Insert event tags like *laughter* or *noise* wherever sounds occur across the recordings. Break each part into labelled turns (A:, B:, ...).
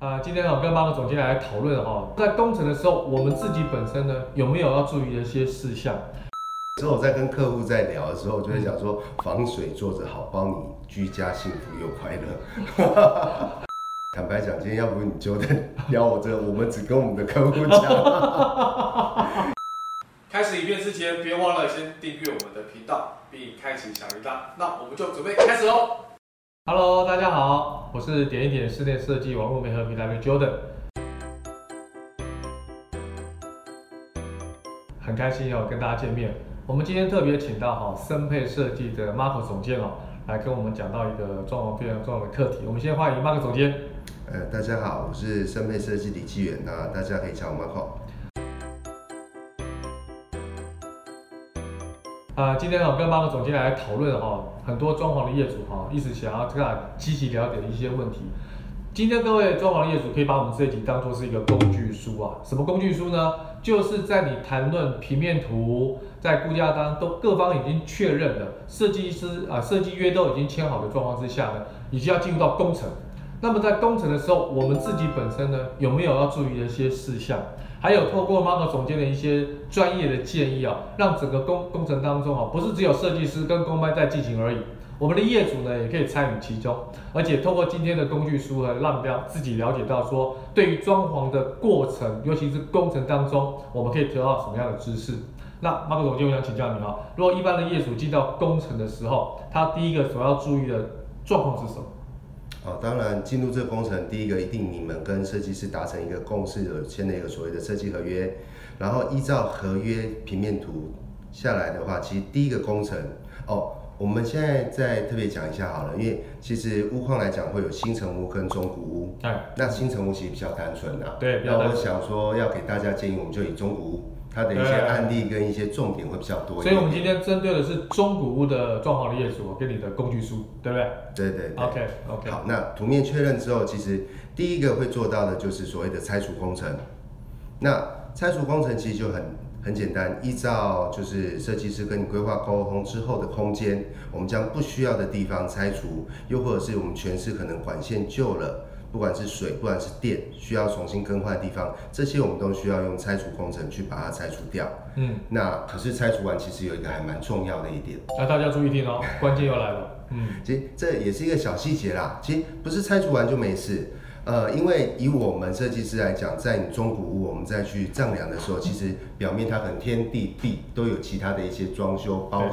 A: 呃，今天呢，我跟马可总监来讨论哈，在工程的时候，我们自己本身呢有没有要注意的一些事项？
B: 之后我在跟客户在聊的时候，就会想说，防水做得好，帮你居家幸福又快乐。 *laughs* 坦白讲，今天要不你就在聊我这个，我们只跟我们的客户讲。 *laughs*
C: 开始影片之前，别忘了先订阅我们的频道，并开启小铃铛。那我们就准备开始喽。
A: Hello，大家好，我是点一点室内设计网络媒合平台的 Jordan。很开心哦，跟大家见面。我们今天特别请到哈森配设计的 Marco 总监哦，来跟我们讲到一个装潢非常重要的课题。我们先欢迎 Marco 总监。
B: 呃，大家好，我是生配设计李纪元啊，大家可以叫我 Marco。
A: 啊，今天呢，我跟马可总监来讨论哈，很多装潢的业主哈，一直想要这样积极了解的一些问题。今天各位装潢的业主可以把我们这一集当做是一个工具书啊，什么工具书呢？就是在你谈论平面图，在估价单都各方已经确认了，设计师啊设计约都已经签好的状况之下呢，你就要进入到工程。那么在工程的时候，我们自己本身呢有没有要注意的一些事项？还有透过 Marco 总监的一些专业的建议啊，让整个工工程当中啊，不是只有设计师跟工班在进行而已，我们的业主呢也可以参与其中，而且透过今天的工具书呢，让了自己了解到说，对于装潢的过程，尤其是工程当中，我们可以得到什么样的知识。那 Marco 总监，我想请教你啊，如果一般的业主进到工程的时候，他第一个所要注意的状况是什么？
B: 啊，当然进入这个工程，第一个一定你们跟设计师达成一个共识，有签了一个所谓的设计合约，然后依照合约平面图下来的话，其实第一个工程哦，我们现在再特别讲一下好了，因为其实屋况来讲会有新城屋跟中古屋，
A: 哎，
B: 那新城屋其实比较单纯啦、
A: 对比较
B: 那
A: 单
B: 我
A: 纯
B: 想说要给大家建议，我们就以中古屋它的一
A: 对
B: 些案例跟一些重点会比较
A: 所
B: 多一点。
A: 以我们今天针对的是中古屋的装潢的业主，我给你的工具书，对不对
B: 对对对。
A: ？OK OK，
B: 好，那图面确认之后，其实第一个会做到的就是所谓的拆除工程。那拆除工程其实就很很简单，依照就是设计师跟你规划沟通之后的空间，我们将不需要的地方拆除，又或者是我们全市可能管线旧了。不管是水，不管是电，需要重新更换的地方，这些我们都需要用拆除工程去把它拆除掉。
A: 嗯，
B: 那可是拆除完，其实有一个还蛮重要的一点，
A: 那大家注意听
B: *laughs*
A: 哦，关键又来了，嗯，
B: 其实这也是一个小细节啦，其实不是拆除完就没事。呃，因为以我们设计师来讲，在你中古屋我们再去丈量的
A: 嗯
B: 时候，其实表面它可能天地壁都有其他的一些装修包
A: 对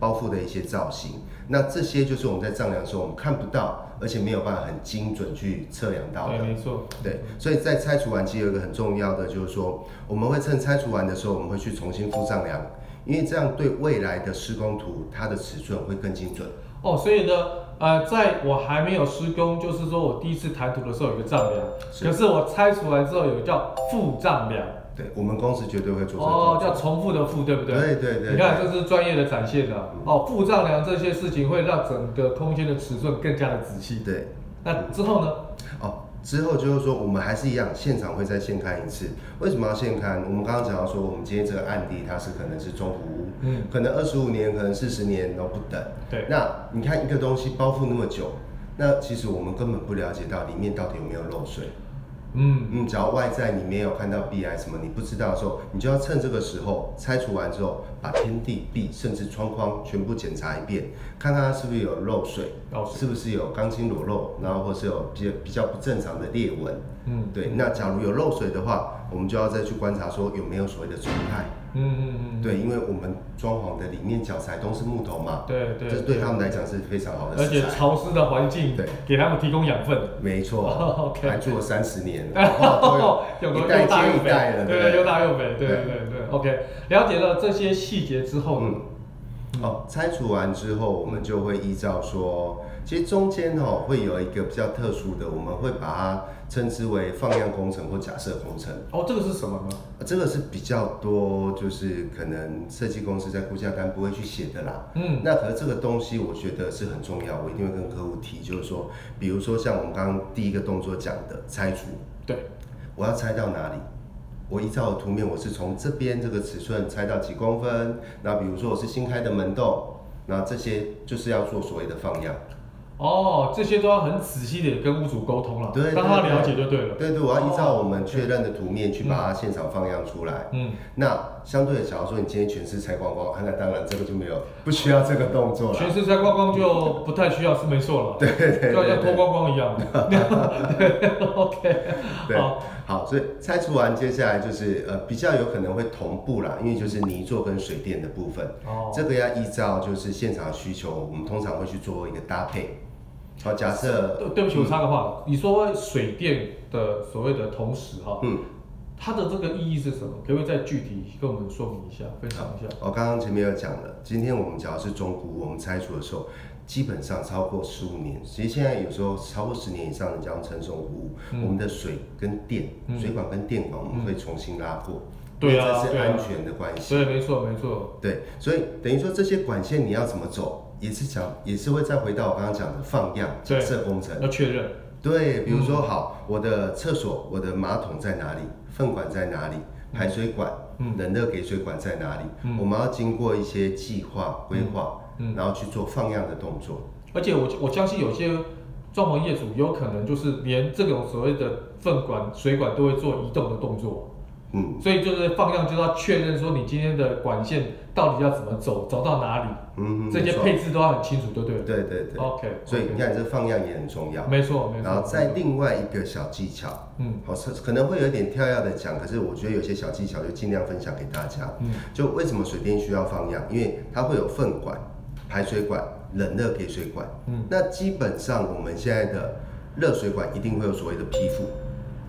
B: 包覆的一些造型，那这些就是我们在丈量的时候我们看不到，而且没有办法很精准去测量到的
A: 对，。没错，
B: 对，所以在拆除完，其实有一个很重要的，就是说我们会趁拆除完的时候，我们会去重新附丈量，因为这样对未来的施工图它的尺寸会更精准。
A: 哦，所以呢，呃，在我还没有施工，就是说我第一次谈图的时候有一个丈量，
B: 是
A: 可是我拆除完之后有个叫副丈量，
B: 对，我们公司绝对会做这个
A: 哦
B: 动，作
A: 叫重复的复，对不对？
B: 对对对嗯
A: 你看，
B: 对
A: 这是专业的展现的哦，副丈量这些事情会让整个空间的尺寸更加的仔细。
B: 对
A: 那
B: 嗯
A: 之后呢？
B: 哦。之后就是说，我们还是一样，现场会再现勘一次。为什么要现勘？我们刚刚讲到说，我们今天这个案例它是可能是中古屋，
A: 嗯
B: 可能二十五年，可能四十年都不等。
A: 对
B: 那你看一个东西包覆那么久，那其实我们根本不了解到里面到底有没有漏水。
A: 嗯，
B: 嗯，只要外在你没有看到壁癌什么，你不知道的时候，你就要趁这个时候拆除完之后，把天地壁甚至窗框全部检查一遍，看看它是不是有漏水，
A: 漏水
B: 是不是有钢筋裸露，然后或是有比较比较不正常的裂纹。
A: 嗯
B: 对，那假如有漏水的话，我们就要再去观察说有没有所谓的虫害。
A: 嗯嗯嗯，
B: 对，因为我们装潢的里面脚材都是木头嘛，
A: 对对
B: 这对他们来讲是非常好的
A: 而
B: 食
A: 且
B: 材。
A: 潮湿的环境，
B: 对
A: 给他们提供养分。
B: 没错
A: *laughs* OK
B: 还做了三十
A: *laughs*
B: 年，哦都有
A: 有
B: 一
A: 的
B: 代
A: 又大
B: 接
A: 又
B: 一代
A: 肥，
B: 了，
A: 对
B: 不
A: 对，又大又肥，对对
B: 对
A: 对对。OK，了解了这些细节之后呢，
B: 嗯，哦，拆除完之后，我们就会依照说，其实中间哦会有一个比较特殊的，我们会把它称之为放样工程或假设工程。
A: 哦，这个是什么呢？
B: 呃这个是比较多，就是可能设计公司在估价单不会去写的啦。
A: 嗯
B: 那可是这个东西我觉得是很重要，我一定会跟客户提，就是说，比如说像我们刚刚第一个动作讲的拆除，
A: 对，
B: 我要拆到哪里？我依照图面，我是从这边这个尺寸拆到几公分。那比如说我是新开的门洞，那这些就是要做所谓的放样。
A: 哦，这些都要很仔细的跟屋主沟通了，
B: 对对
A: 让他了解就对了。
B: 对对，我要依照我们
A: 哦
B: 确认的图面去把它现场放样出来。
A: 嗯，
B: 那相对的，假如说你今天全是拆光光，啊那当然这个就没有不需要这个动作了。
A: 全身拆光光就不太需要，是没错了。对对对，就好像脱光光一样。 *laughs* 对，OK，
B: 对
A: 好，
B: 好，所以拆除完，接下来就是呃比较有可能会同步啦，因为就是泥做跟水电的部分，
A: 哦，
B: 这个要依照就是现场需求，我们通常会去做一个搭配。好，假设
A: 对，对不起，我插个话，你说水电的所谓的同时哈，
B: 嗯，
A: 它的这个意义是什么？可不可以再具体跟我们说明一下，分享一下？
B: 我哦刚刚前面有讲了，今天我们只要是中估，我们拆除的时候，基本上超过十五年，其实现在有时候超过十年以上的这样承受服务，我们的水跟电、
A: 嗯
B: 水管跟电管我们会重新拉过，
A: 对啊
B: 因为这是
A: 对啊
B: 安全的关系。
A: 对，没错，没错。
B: 对，所以等于说这些管线你要怎么走，也是讲，也是会再回到我刚刚讲的放样
A: 对
B: 假设工程。
A: 要确认，
B: 对，比如说好，我的厕所，我的马桶在哪里，粪管在哪里，排水管，
A: 嗯
B: 冷热给水管在哪里，
A: 嗯
B: 我们要经过一些计划规划，
A: 嗯
B: 然后去做放样的动作。
A: 而且我我相信有些装潢业主有可能就是连这种所谓的粪管、水管都会做移动的动作，
B: 嗯
A: 所以就是放样就是要确认说你今天的管线到底要怎么走，走到哪里，
B: 嗯，
A: 这
B: 没
A: 些
B: 错
A: 配置都要很清楚，对不对？
B: 对对对，
A: OK，
B: 所以你看这放样也很重要。
A: 没错没错。
B: 然后再另外一个小技巧，
A: 嗯
B: 好，是可能会有点跳跃的讲，可是我觉得有些小技巧就尽量分享给大家。
A: 嗯
B: 就为什么水电需要放样？因为它会有粪管、排水管、冷热给水管。
A: 嗯
B: 那基本上我们现在的热水管一定会有所谓的批复、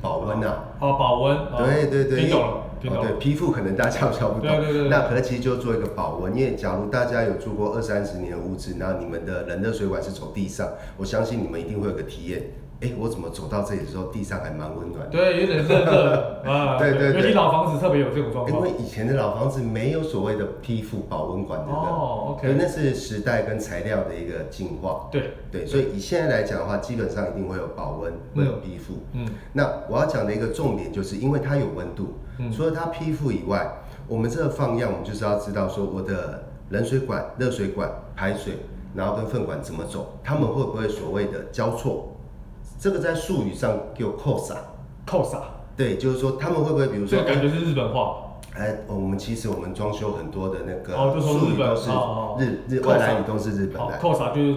B: 保温啊。
A: 哦保温，哦
B: 对对对，
A: 听懂
B: 因为
A: 了听懂
B: 哦
A: 了
B: 对，，批复可能大家比较不懂。
A: 对对对对
B: 那可是其实就做一个保温，因为假如大家有住过二三十年的屋子，那你们的冷热水管是走地上，我相信你们一定会有个体验。哎，我怎么走到这里的时候，地上还蛮温暖的？
A: 对有点热热的啊，
B: *laughs* 对对对
A: 尤其老房子特别有这种状
B: 因
A: 况
B: 为。以前的老房子没有所谓的批复保温管的热，
A: 哦
B: 对，
A: ，OK，
B: 那是时代跟材料的一个进化。
A: 对，
B: 对，所以以现在来讲的话，基本上一定会有保温，
A: 嗯
B: 会有批复。
A: 嗯
B: 那我要讲的一个重点就是，因为它有温度，
A: 嗯
B: 除了它批复以外，我们这个放样，我们就是要知道说我的冷水管、热水管、排水，然后跟粪管怎么走，它们会不会所谓的交错？这个在术语上叫扣洒。
A: 扣洒，
B: 对，就是说他们会不会，比如
A: 这
B: 说，
A: 个感觉是日本话，
B: 哎，我们其实我们装修很多的那个
A: 哦就从
B: 术
A: 日
B: 语
A: 本
B: 都是
A: 哦哦
B: 日日
A: 扣
B: 外
A: 上
B: 来语都是日本
A: 好
B: 来，的。
A: 扣洒就是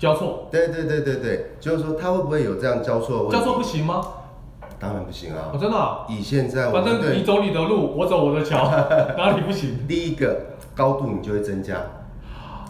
A: 交错，
B: 对对对对对，就是说它会不会有这样交错的问题？
A: 交错不行吗？
B: 当然不行啊
A: 哦，！真的啊，
B: 以现在我
A: 反
B: 们
A: 正你
B: 对
A: 走你的路，我走我的
B: *laughs*
A: 桥，哪里不行？
B: 第一个高度你就会增加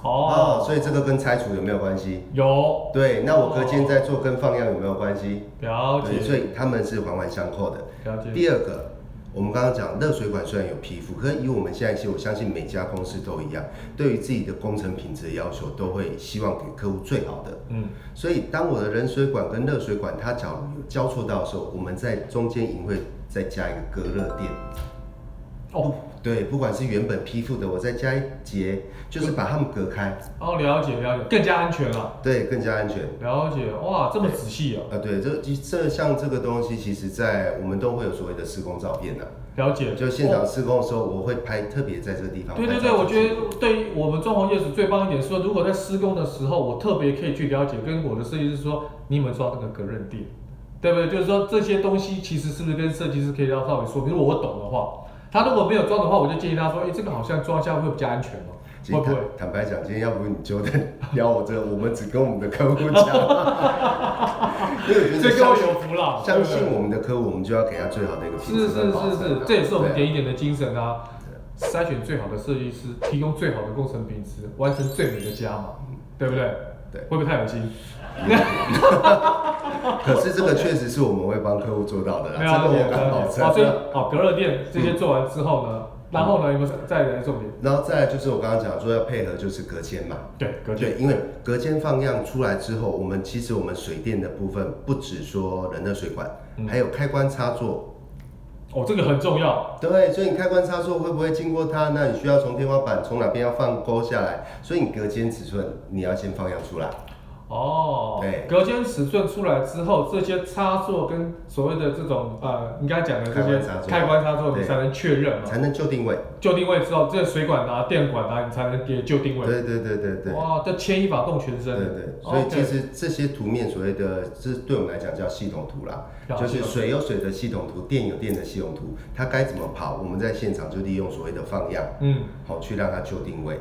B: 哦，
A: 哦，
B: 所以这个跟拆除有没有关系？
A: 有
B: 对，那我隔间在做跟放样有没有关系？
A: 了
B: 对，所
A: 解，
B: 以它们是环环相扣的。
A: 了解，
B: 第二个，我们刚刚讲热水管虽然有皮肤，可是以我们现在其实我相信每家公司都一样，对于自己的工程品质的要求都会希望给客户最好的。
A: 嗯，
B: 所以当我的冷水管跟热水管它假如有交错到的时候，我们在中间一定会再加一个隔热垫。
A: 哦
B: 对，不管是原本批复的，我再加一节，就是把它们隔开，
A: 哦，了解了解，更加安全了，
B: 对，更加安全。
A: 了解，哇，这么仔细啊，
B: 啊，对，这这像这个东西，其实在我们都会有所谓的施工照片啊的、
A: 了解，
B: 就现场
A: 哦
B: 施工的时候，我会拍特别在这个地方拍
A: 对对
B: 照进去。
A: 对，我觉得对于我们装潢业主最棒一点是说，如果在施工的时候，我特别可以去了解，跟我的设计师说，你有没有做到那个隔认定，对不对？就是说这些东西其实是不是跟设计师可以要稍微说明？如果我懂的话，他如果没有装的话，我就建议他说，哎，这个好像装一下会比较安全哦，
B: 其
A: 会
B: 实
A: 不
B: 坦
A: 会？
B: 坦白讲，今天要不是你 Jordan 聊我这个，我们只跟我们的客户
A: *laughs*
B: 讲，因为我觉
A: 这
B: 得
A: 个
B: 相
A: 我
B: 信
A: 有福了，
B: 相信我们的客户，我们就要给他最好的一个品
A: 是
B: 质
A: 是
B: 跟
A: 是
B: 保证
A: 是
B: 啊。，
A: 这也是我们
B: 对
A: 点一点的精神啊。筛选最好的设计师，提供最好的工程品质，完成最美的家嘛，对不对？
B: 对
A: 会不会太有心？
B: 可是这个确实是我们会帮客户做到的啦，
A: 没
B: 这个
A: 有，
B: 我敢
A: 有
B: 保
A: 哦，所以
B: 证。
A: 哦，隔热垫这
B: 嗯
A: 些做完之后呢，然后呢，有没有再来重点？
B: *laughs* 然后再来就是我刚刚讲说要配合就是隔间嘛，
A: 对，隔间。
B: 对，因为隔间放样出来之后，我们其实我们水电的部分不止说人的水管，
A: 嗯
B: 还有开关插座，
A: 哦，这个很重要。
B: 对，所以你开关插座会不会经过它？那你需要从天花板从哪边要放钩下来？所以你隔间尺寸你要先放样出来。
A: 哦，
B: 对
A: 隔间尺寸出来之后，这些插座跟所谓的这种呃，你刚才讲的这
B: 开关插
A: 些
B: 座
A: 开关插座，
B: 对
A: 你才能确认嘛
B: 才。能就定位。
A: 就定位之后，这水管啊、电管啊，你才能也就定位。
B: 对对对对对。
A: 哇，这牵一发动全
B: 对
A: 身。哦
B: 对，所以
A: OK
B: 其实这些图面所谓的，这对我们来讲叫系统图啦，
A: 了解
B: 就是水有水的系统图，电有电的系统图，它该怎么跑，我们在现场就利用所谓的放样，
A: 嗯，
B: 好去让它就定位。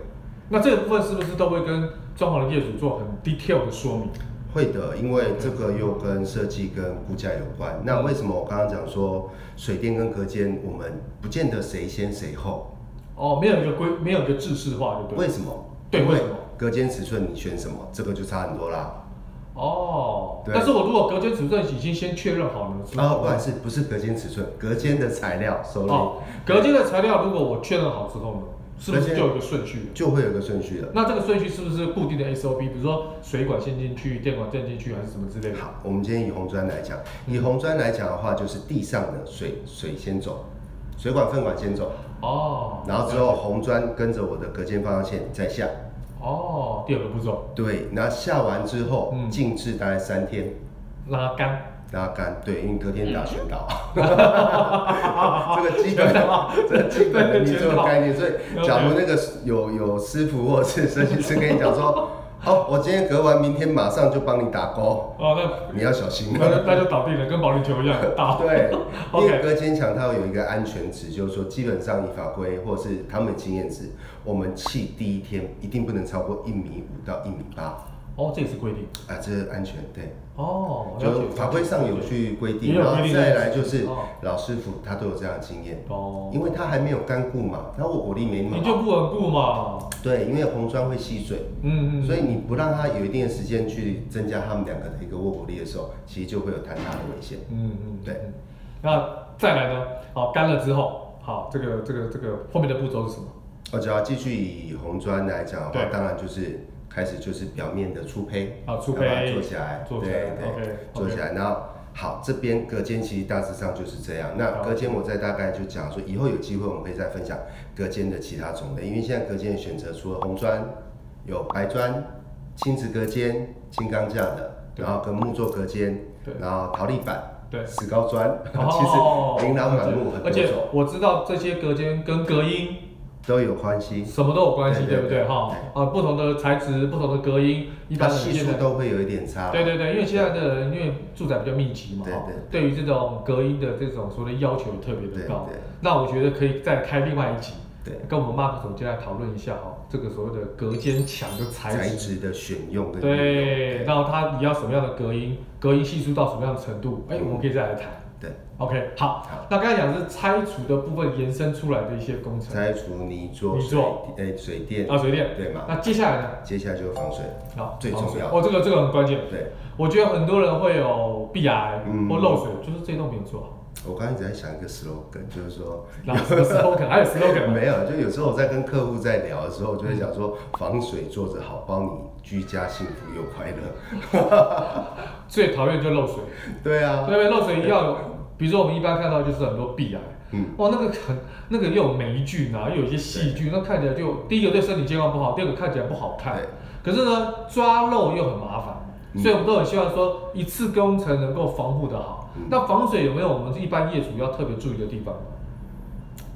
A: 那这个部分是不是都会跟装潢的业主做很 detail 的说明？
B: 会的，因为这个又跟设计跟估价有关。那为什么我刚刚讲说水电跟隔间，我们不见得谁先谁后？
A: 哦，没有一个规，没有一个制式化，对不
B: 为
A: 对？
B: 什么？
A: 对
B: 因为
A: 为什么
B: 隔间尺寸你选什么，这个就差很多啦。
A: 哦，
B: 对
A: 但是我如果隔间尺寸已经先确认好了，之
B: 啊，
A: 后
B: 不管是不是隔间尺寸，隔间的材料手里、
A: 哦，隔间的材料如果我确认好之后呢，是不是就有一个顺序了？
B: 就会有个顺序了。
A: 那这个顺序是不是固定的 SOP？比如说水管先进去，电管电进去，还是什么之类的？
B: 好，我们今天以红砖来讲，以红砖来讲的话，就是地上的水水先走，水管分管先走，
A: 哦，
B: 然后之后红砖跟着我的隔间方向线再下。
A: 哦，第二个步骤
B: 对，那下完之后
A: 嗯
B: 静置大概三天，
A: 拉杆，
B: 拉干，对，因为隔天打全倒，
A: 嗯
B: *laughs* 这个基本的，这个基本的你这种概念，所以假如那个有有师傅或是设计师跟你讲说， *laughs* 好，我今天隔完，明天马上就帮你打勾，
A: 哦，
B: 你要小
A: *laughs*
B: 心
A: 那。那那就倒地了，跟保龄球一样大。
B: 对，因
A: OK
B: 为隔间墙它会有一个安全值，就是说基本上以法规或者是他们的经验值，我们砌第一天一定不能超过一米五到一米八，
A: 哦，这也是规定。
B: 啊，这是安全，对。
A: 哦，了
B: 就
A: 解
B: 法规上有去规定，
A: 也有
B: 然
A: 规
B: 后
A: 定
B: 再来就是
A: 哦
B: 老师傅他都有这样的经验，
A: 哦，
B: 因为他还没有干固嘛，他我火力没那么
A: 你就
B: 好，
A: 不稳固嘛。
B: 对，因为红砖会吸水，
A: 嗯嗯。
B: 所以你不让它有一定的时间去增加他们两个的一个握火力的时候，其实就会有坍塌的危险。
A: 嗯嗯，
B: 对
A: 嗯。那再来呢？好，干了之后，好，这个这个这个后面的步骤是什么？
B: 我哦只要继续以红砖来讲的话
A: 对，
B: 当然就是开始就是表面的粗胚，
A: 啊粗
B: 要把它
A: 胚
B: 做起来，
A: 做起
B: 对
A: 来
B: 对
A: OK，OK
B: 做起来，然后。好，这边隔间其实大致上就是这样。那
A: 好
B: 隔间我再大概就讲说，以后有机会我们可以再分享隔间的其他种类，因为现在隔间的选择除了红砖，有白砖、青瓷隔间、轻钢架的，
A: 对
B: 然后跟木做隔间
A: 对，
B: 然后陶砾板、
A: 对
B: 石膏砖，
A: 哦
B: 其实琳琅满目很
A: 而
B: 多
A: 且
B: 种，
A: 我知道这些隔间跟隔音
B: 都有关系。
A: 什么都有关系，
B: 对
A: 对
B: 对
A: 不对？
B: 对
A: 哈，啊，不同的材质、不同的隔音，一
B: 它
A: 般人
B: 系
A: 现
B: 数
A: 在
B: 都会有一点差。
A: 对对对，因为现在的人因为住宅比较密集嘛，
B: 对
A: 哈
B: 对
A: 对于这种隔音的这种所谓的要求特别的高
B: 对对。
A: 那我觉得可以再开另外一集，
B: 对
A: 跟我们 Mark 总监来讨论一下哈，这个所谓的隔间墙的
B: 材
A: 材质。
B: 质的选用跟运
A: 对，
B: 用
A: 然后它你要什么样的隔音，隔音系数到什么样的程度，哎、我们可以再来谈。
B: 对
A: OK，好，
B: 好
A: 那刚才讲的是拆除的部分延伸出来的一些工程，
B: 拆除泥做
A: 泥作
B: 水哎水电
A: 啊，水电。
B: 对嘛，
A: 那接下来呢？
B: 接下来就是防水，
A: 好，
B: 最重
A: 防水
B: 要
A: 哦，这个这个很关键。
B: 对
A: 我觉得很多人会有壁癌
B: 嗯
A: 或漏水，就是这栋没有做好。
B: 我刚刚一直在想一个 slogan，就是说
A: 然后什么 slogan，还有 slogan 吗？
B: 没有，就有时候我在跟客户在聊的时候，我就会想
A: 嗯
B: 说防水做得好，帮你居家幸福又快乐。 *laughs*
A: 最讨厌就漏水，
B: 对啊，
A: 对不对？漏水要有，比如说我们一般看到就是很多壁癌。
B: 嗯，
A: 哇，那个很，那个又有霉菌啊，又有一些细菌，那看起来就第一个对身体健康不好，第二个看起来不好看。可是呢，抓漏又很麻烦，
B: 嗯
A: 所以我们都很希望说一次工程能够防护的好。
B: 嗯
A: 那防水有没有我们一般业主要特别注意的地方？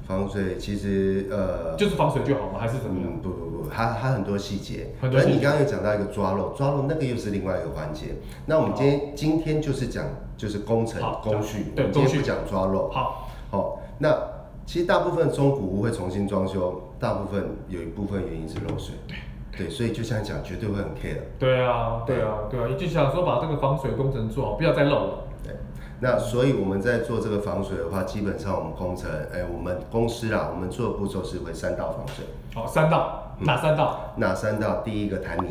B: 防水其实呃。
A: 就是防水就好吗？还是怎么样？
B: 嗯，不不不，它它很多细节。
A: 很多
B: 而
A: 细节
B: 你刚刚有讲到一个抓漏，抓漏那个又是另外一个环节。那我们今天今天就是讲就是工程
A: 好
B: 工序，
A: 对
B: 我们今
A: 工序
B: 天不讲抓漏。
A: 好，
B: 好，那其实大部分中古屋会重新装修，大部分有一部分原因是漏水。对，所以就像讲，绝对会很 care。
A: 对啊，对啊，对啊，你就想说把这个防水工程做好，不要再漏了。
B: 对，那所以我们在做这个防水的话，基本上我们工程，哎、我们公司啦，我们做的步骤是会三道防水。
A: 好，三道，哪三道？
B: 哪三道？第一个弹泥，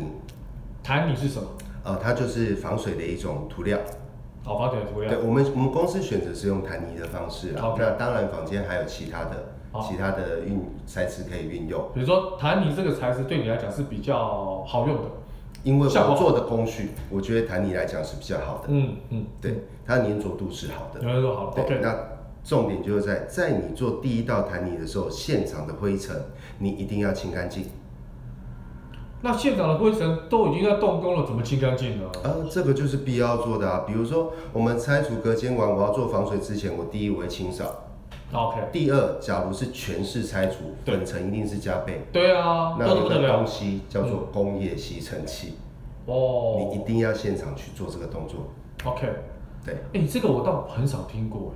A: 弹泥是什么？
B: 呃，它就是防水的一种涂料。
A: 好，防水涂
B: 对，
A: 料。
B: 我们我们公司选择是用弹泥的方式啦。
A: OK
B: 那当然，房间还有其他的、
A: 好
B: 其他的运材质可以运用，
A: 比如说弹泥这个材质对你来讲是比较好用的。
B: 因为
A: 效果
B: 我做的工序，我觉得弹泥来讲是比较好的。
A: 嗯嗯，
B: 对，它粘着度是好
A: 有
B: 的。
A: 人说好了
B: 对，
A: ，OK，
B: 那重点就是在在你做第一道弹泥的时候，现场的灰尘你一定要清干净。
A: 那现场的灰尘都已经在动工了，怎么清干净呢？
B: 啊，这个就是必要做的啊。比如说，我们拆除隔间完，我要做防水之前，我第一我会清扫，
A: OK，
B: 第二，假如是全室拆除，
A: 对
B: 粉尘一定是加倍。
A: 对啊，
B: 那
A: 那怎
B: 有
A: 么得
B: 个
A: 了
B: 东？西叫做工业吸尘器，你一
A: 哦
B: 定要现场去做这个动作。
A: ，OK，
B: 对，
A: 哎、这个我倒很少听过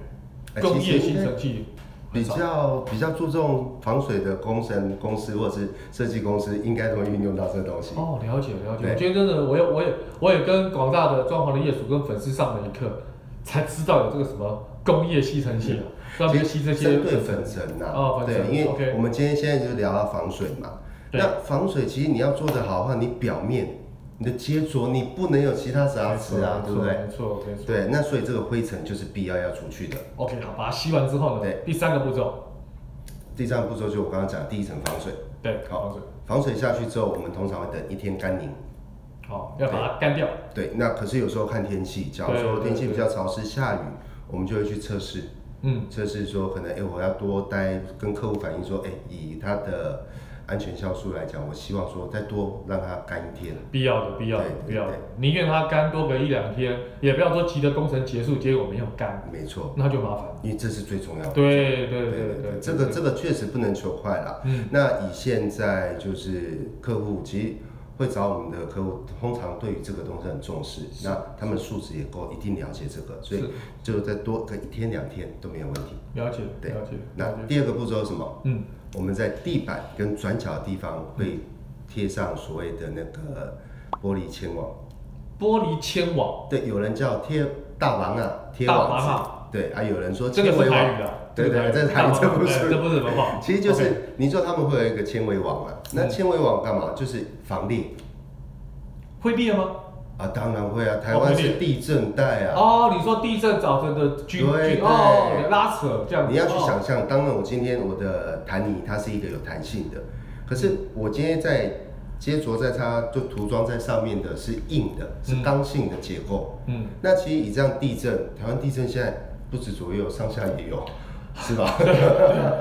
A: 哎、
B: 哎
A: 工
B: 其
A: 业
B: 实
A: 吸尘器
B: 比
A: 很少
B: 较比较注重防水的工程公司或者是设计公司，应该都会运用到这个东西。
A: 哦，了解了解。
B: 对
A: 我觉得真的，我也我也我也跟广大的装潢的业主跟粉丝上了一课，才知道有这个什么工业吸尘器啊，
B: 嗯
A: 专门吸这些
B: 针对粉尘呐、
A: 哦粉
B: 对
A: 尘，
B: 因为
A: OK
B: 我们今天现在就聊到防水嘛。
A: 对
B: 那防水其实你要做得好的话，你表面、你的接着，你不能有其他杂质啊，
A: 没
B: 对
A: 错
B: 不对？
A: 没错没错。
B: 对，那所以这个灰尘就是必要要除去的。
A: OK，好，把它吸完之后呢
B: 对，
A: 第三个步骤，
B: 第三步骤就我刚刚讲第一层防水，
A: 对，
B: 好
A: 防水，
B: 防水下去之后，我们通常会等一天干凝。
A: 好，要把它干掉。
B: 对，那可是有时候看天气，假如
A: 对
B: 说
A: 对
B: 天气
A: 对
B: 比较潮湿、下雨，我们就会去测试，
A: 嗯，
B: 测试说可能哎、诶我要多待，跟客户反映说，哎、以它的安全酵素来讲，我希望说再多让它干一天。
A: 必要的，必要的
B: 对，对
A: 必要的
B: 对。
A: 宁愿它干多个一两天，也不要说急着工程结束，结果没有干，
B: 没错，
A: 那就麻烦了。
B: 因为这是最重要的。
A: 对对对对，
B: 这个这个确实不能求快啦。
A: 嗯
B: 那以现在就是客户其实会找我们的客户，通常对于这个东西很重视，那他们素质也够，一定了解这个，所以
A: 是
B: 就再多个一天两天都没有问题。
A: 了解
B: 对
A: 了解
B: 那
A: 了解。
B: 第二个步骤是什么？
A: 嗯，
B: 我们在地板跟转角的地方会贴上所谓的那个玻璃纤网，
A: 玻璃纤网，
B: 对，有人叫贴大王啊，贴
A: 大
B: 网
A: 王
B: 子，
A: 啊
B: 对啊，有人说
A: 这个
B: 纤维
A: 是台
B: 网
A: 语的，
B: 对对，这
A: 这
B: 是台语，这不
A: 对哎
B: 是
A: 这不是文化，
B: *laughs* 其实就是
A: OK，
B: 你说他们会有一个纤维网嘛？那
A: 嗯
B: 纤维网干嘛？就是防裂
A: 会裂吗？
B: 啊，当然会啊，台湾
A: 哦会
B: 是
A: 裂
B: 地震带啊。
A: 哦，你说地震造成的菌
B: 对
A: 菌
B: 对
A: 哦，拉扯这样子，
B: 你要去
A: 哦
B: 想象，当然我今天我的弹泥它是一个有弹性的，可是我今天在接着在它就涂装在上面的是硬的，是
A: 嗯
B: 刚性的结构。
A: 嗯，
B: 那其实以这样地震，台湾地震现在不止左右，上下也有，是吧？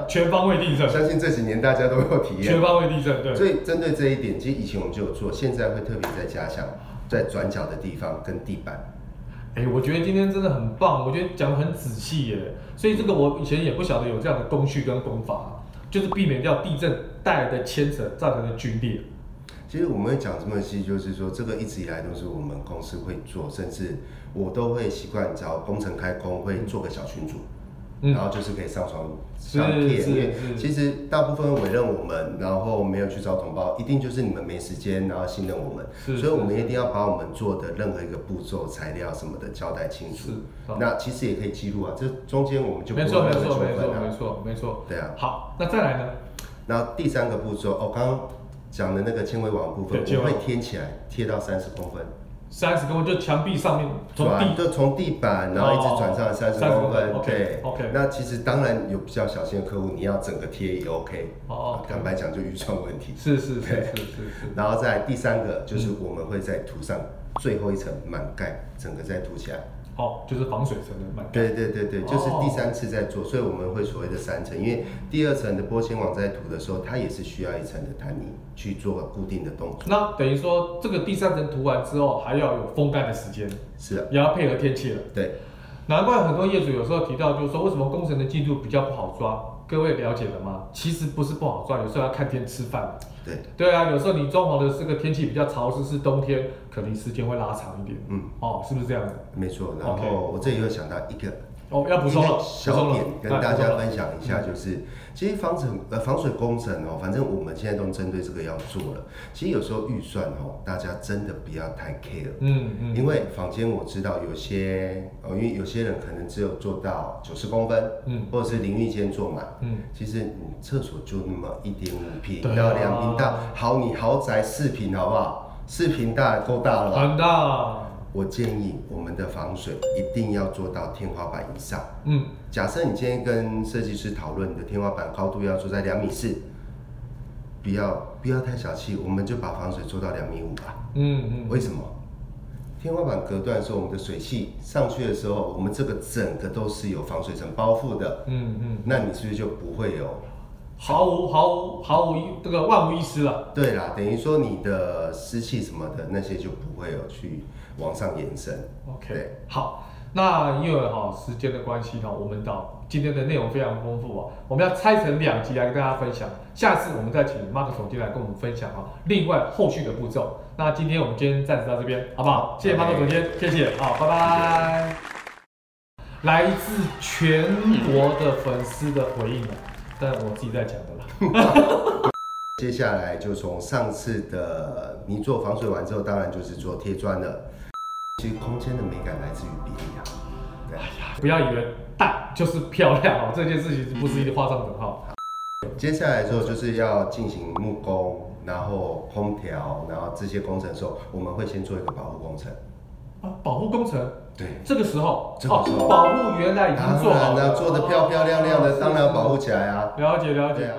A: 全方位地震，
B: 相信这几年大家都有体验
A: 全。方位地震，对，
B: 所以针对这一点，其实以前我们就有做，现在会特别再加强，在转角的地方跟地板。
A: 哎，我觉得今天真的很棒，我觉得讲的很仔细耶，所以这个我以前也不晓得有这样的工序跟工法，就是避免掉地震带来的牵扯造成的皲裂，
B: 其实我们会讲这么细，就是说这个一直以来都是我们公司会做，甚至我都会习惯找工程开工会做个小群组，
A: 嗯
B: 然，后就是可以上传
A: 是
B: 上片，
A: 是
B: 因为
A: 是
B: 其实大部分委任我们，然后没有去找同胞，一定就是你们没时间，然后信任我们，
A: 是
B: 所以我们
A: 是
B: 一定要把我们做的任何一个步骤、材料什么的交代清楚
A: 是。好
B: 那其实也可以记录啊，这中间我们就不
A: 没
B: 会
A: 错没
B: 有
A: 错
B: 纠
A: 没
B: 纷
A: 错
B: 啊
A: 没。错没错，
B: 对啊，
A: 好，那再来呢？
B: 然后第三个步骤，哦，刚刚讲的那个纤维网的部分，
A: 对纤
B: 我
A: 维
B: 会
A: 网
B: 贴起来，贴到三十公分，
A: 三十公分就墙壁上面从地哦
B: 就从地板，然后一直转上三十公分，
A: 30公分
B: 对
A: OK，OK
B: 那其实当然有比较小心的客户，你要整个贴也 OK。啊
A: 哦，OK
B: 坦白讲就预算问题。
A: 是是是是是是，
B: 然后再来第三个就是我们会再涂上最后一层满盖，整个再涂起来。
A: 哦，就是防水层的满
B: 对对对对，
A: 哦
B: 就是第三次在做，所以我们会所谓的三层，因为第二层的玻纤网在涂的时候，它也是需要一层的弹泥去做固定的动作。
A: 那等于说，这个第三层涂完之后，还要有风干的时间，
B: 是啊，
A: 也要配合天气了。
B: 对。
A: 难怪很多业主有时候提到，就是说为什么工程的进度比较不好抓？各位了解了吗？其实不是不好抓，有时候要看天吃饭。
B: 对，
A: 对啊，有时候你装潢的这个天气比较潮湿，是冬天，可能时间会拉长一点。
B: 嗯，
A: 哦，是不是这样子？
B: 没错。然
A: OK
B: 后我这里又想到一个
A: 哦，要补充
B: 一
A: 了，
B: 个
A: 补充
B: 小
A: 了
B: 点，跟
A: 来
B: 大
A: 补充
B: 家
A: 了嗯
B: 分享一下，就是其实防水呃防水工程哦，反正我们现在都针对这个要做了。其实有时候预算哦，大家真的不要太 care。
A: 嗯嗯，
B: 因为坊间我知道有些，呃，因为有些人可能只有做到九十公分，
A: 嗯
B: 或者是淋浴间做满，
A: 嗯，
B: 其实你厕所就那么一点五平
A: 对啊
B: 到两平大，好，你豪宅四平好不好？四平大够大了吧？
A: 嗯很大，
B: 我建议我们的防水一定要做到天花板以上。
A: 嗯，
B: 假设你今天跟设计师讨论，你的天花板高度要做在两米四，不要不要太小气，我们就把防水做到两米五吧。
A: 嗯嗯，
B: 为什么？天花板隔断的时候，我们的水汽上去的时候，我们这个整个都是有防水层包覆的，
A: 嗯嗯。
B: 那你是不是就不会有
A: 毫无毫无毫无一这个万无一失了。
B: 对啦，等于说你的湿气什么的那些就不会有去往上延伸。
A: OK，
B: 对
A: 好，那因为哈、时间的关系呢，我们到今天的内容非常丰富啊，我们要拆成两集来跟大家分享。下次我们再请 Mark 总监来跟我们分享啊，另外后续的步骤。那今天我们今天暂时到这边，好不好？谢谢 Mark 总监，谢谢，好，拜拜。来自全国的粉丝的回应啊，但我自己在讲的啦。
B: 接下来就从上次的你做防水完之后，当然就是做贴砖了。其实空间的美感来自于比例啊。对，
A: 不要以为大就是漂亮哦，这件事情不是一定画上等号。
B: 接下来之后就是要进行木工，然后空调，然后这些工程的时候，我们会先做一个保护工程。
A: 啊，保护工程，
B: 对，
A: 这个时候
B: 这个时候
A: 哦，保护原来已经
B: 当
A: 做好
B: 然
A: 了，
B: 了，做的漂漂亮亮的，当然要保护起来啊。
A: 了解了解。
B: 对啊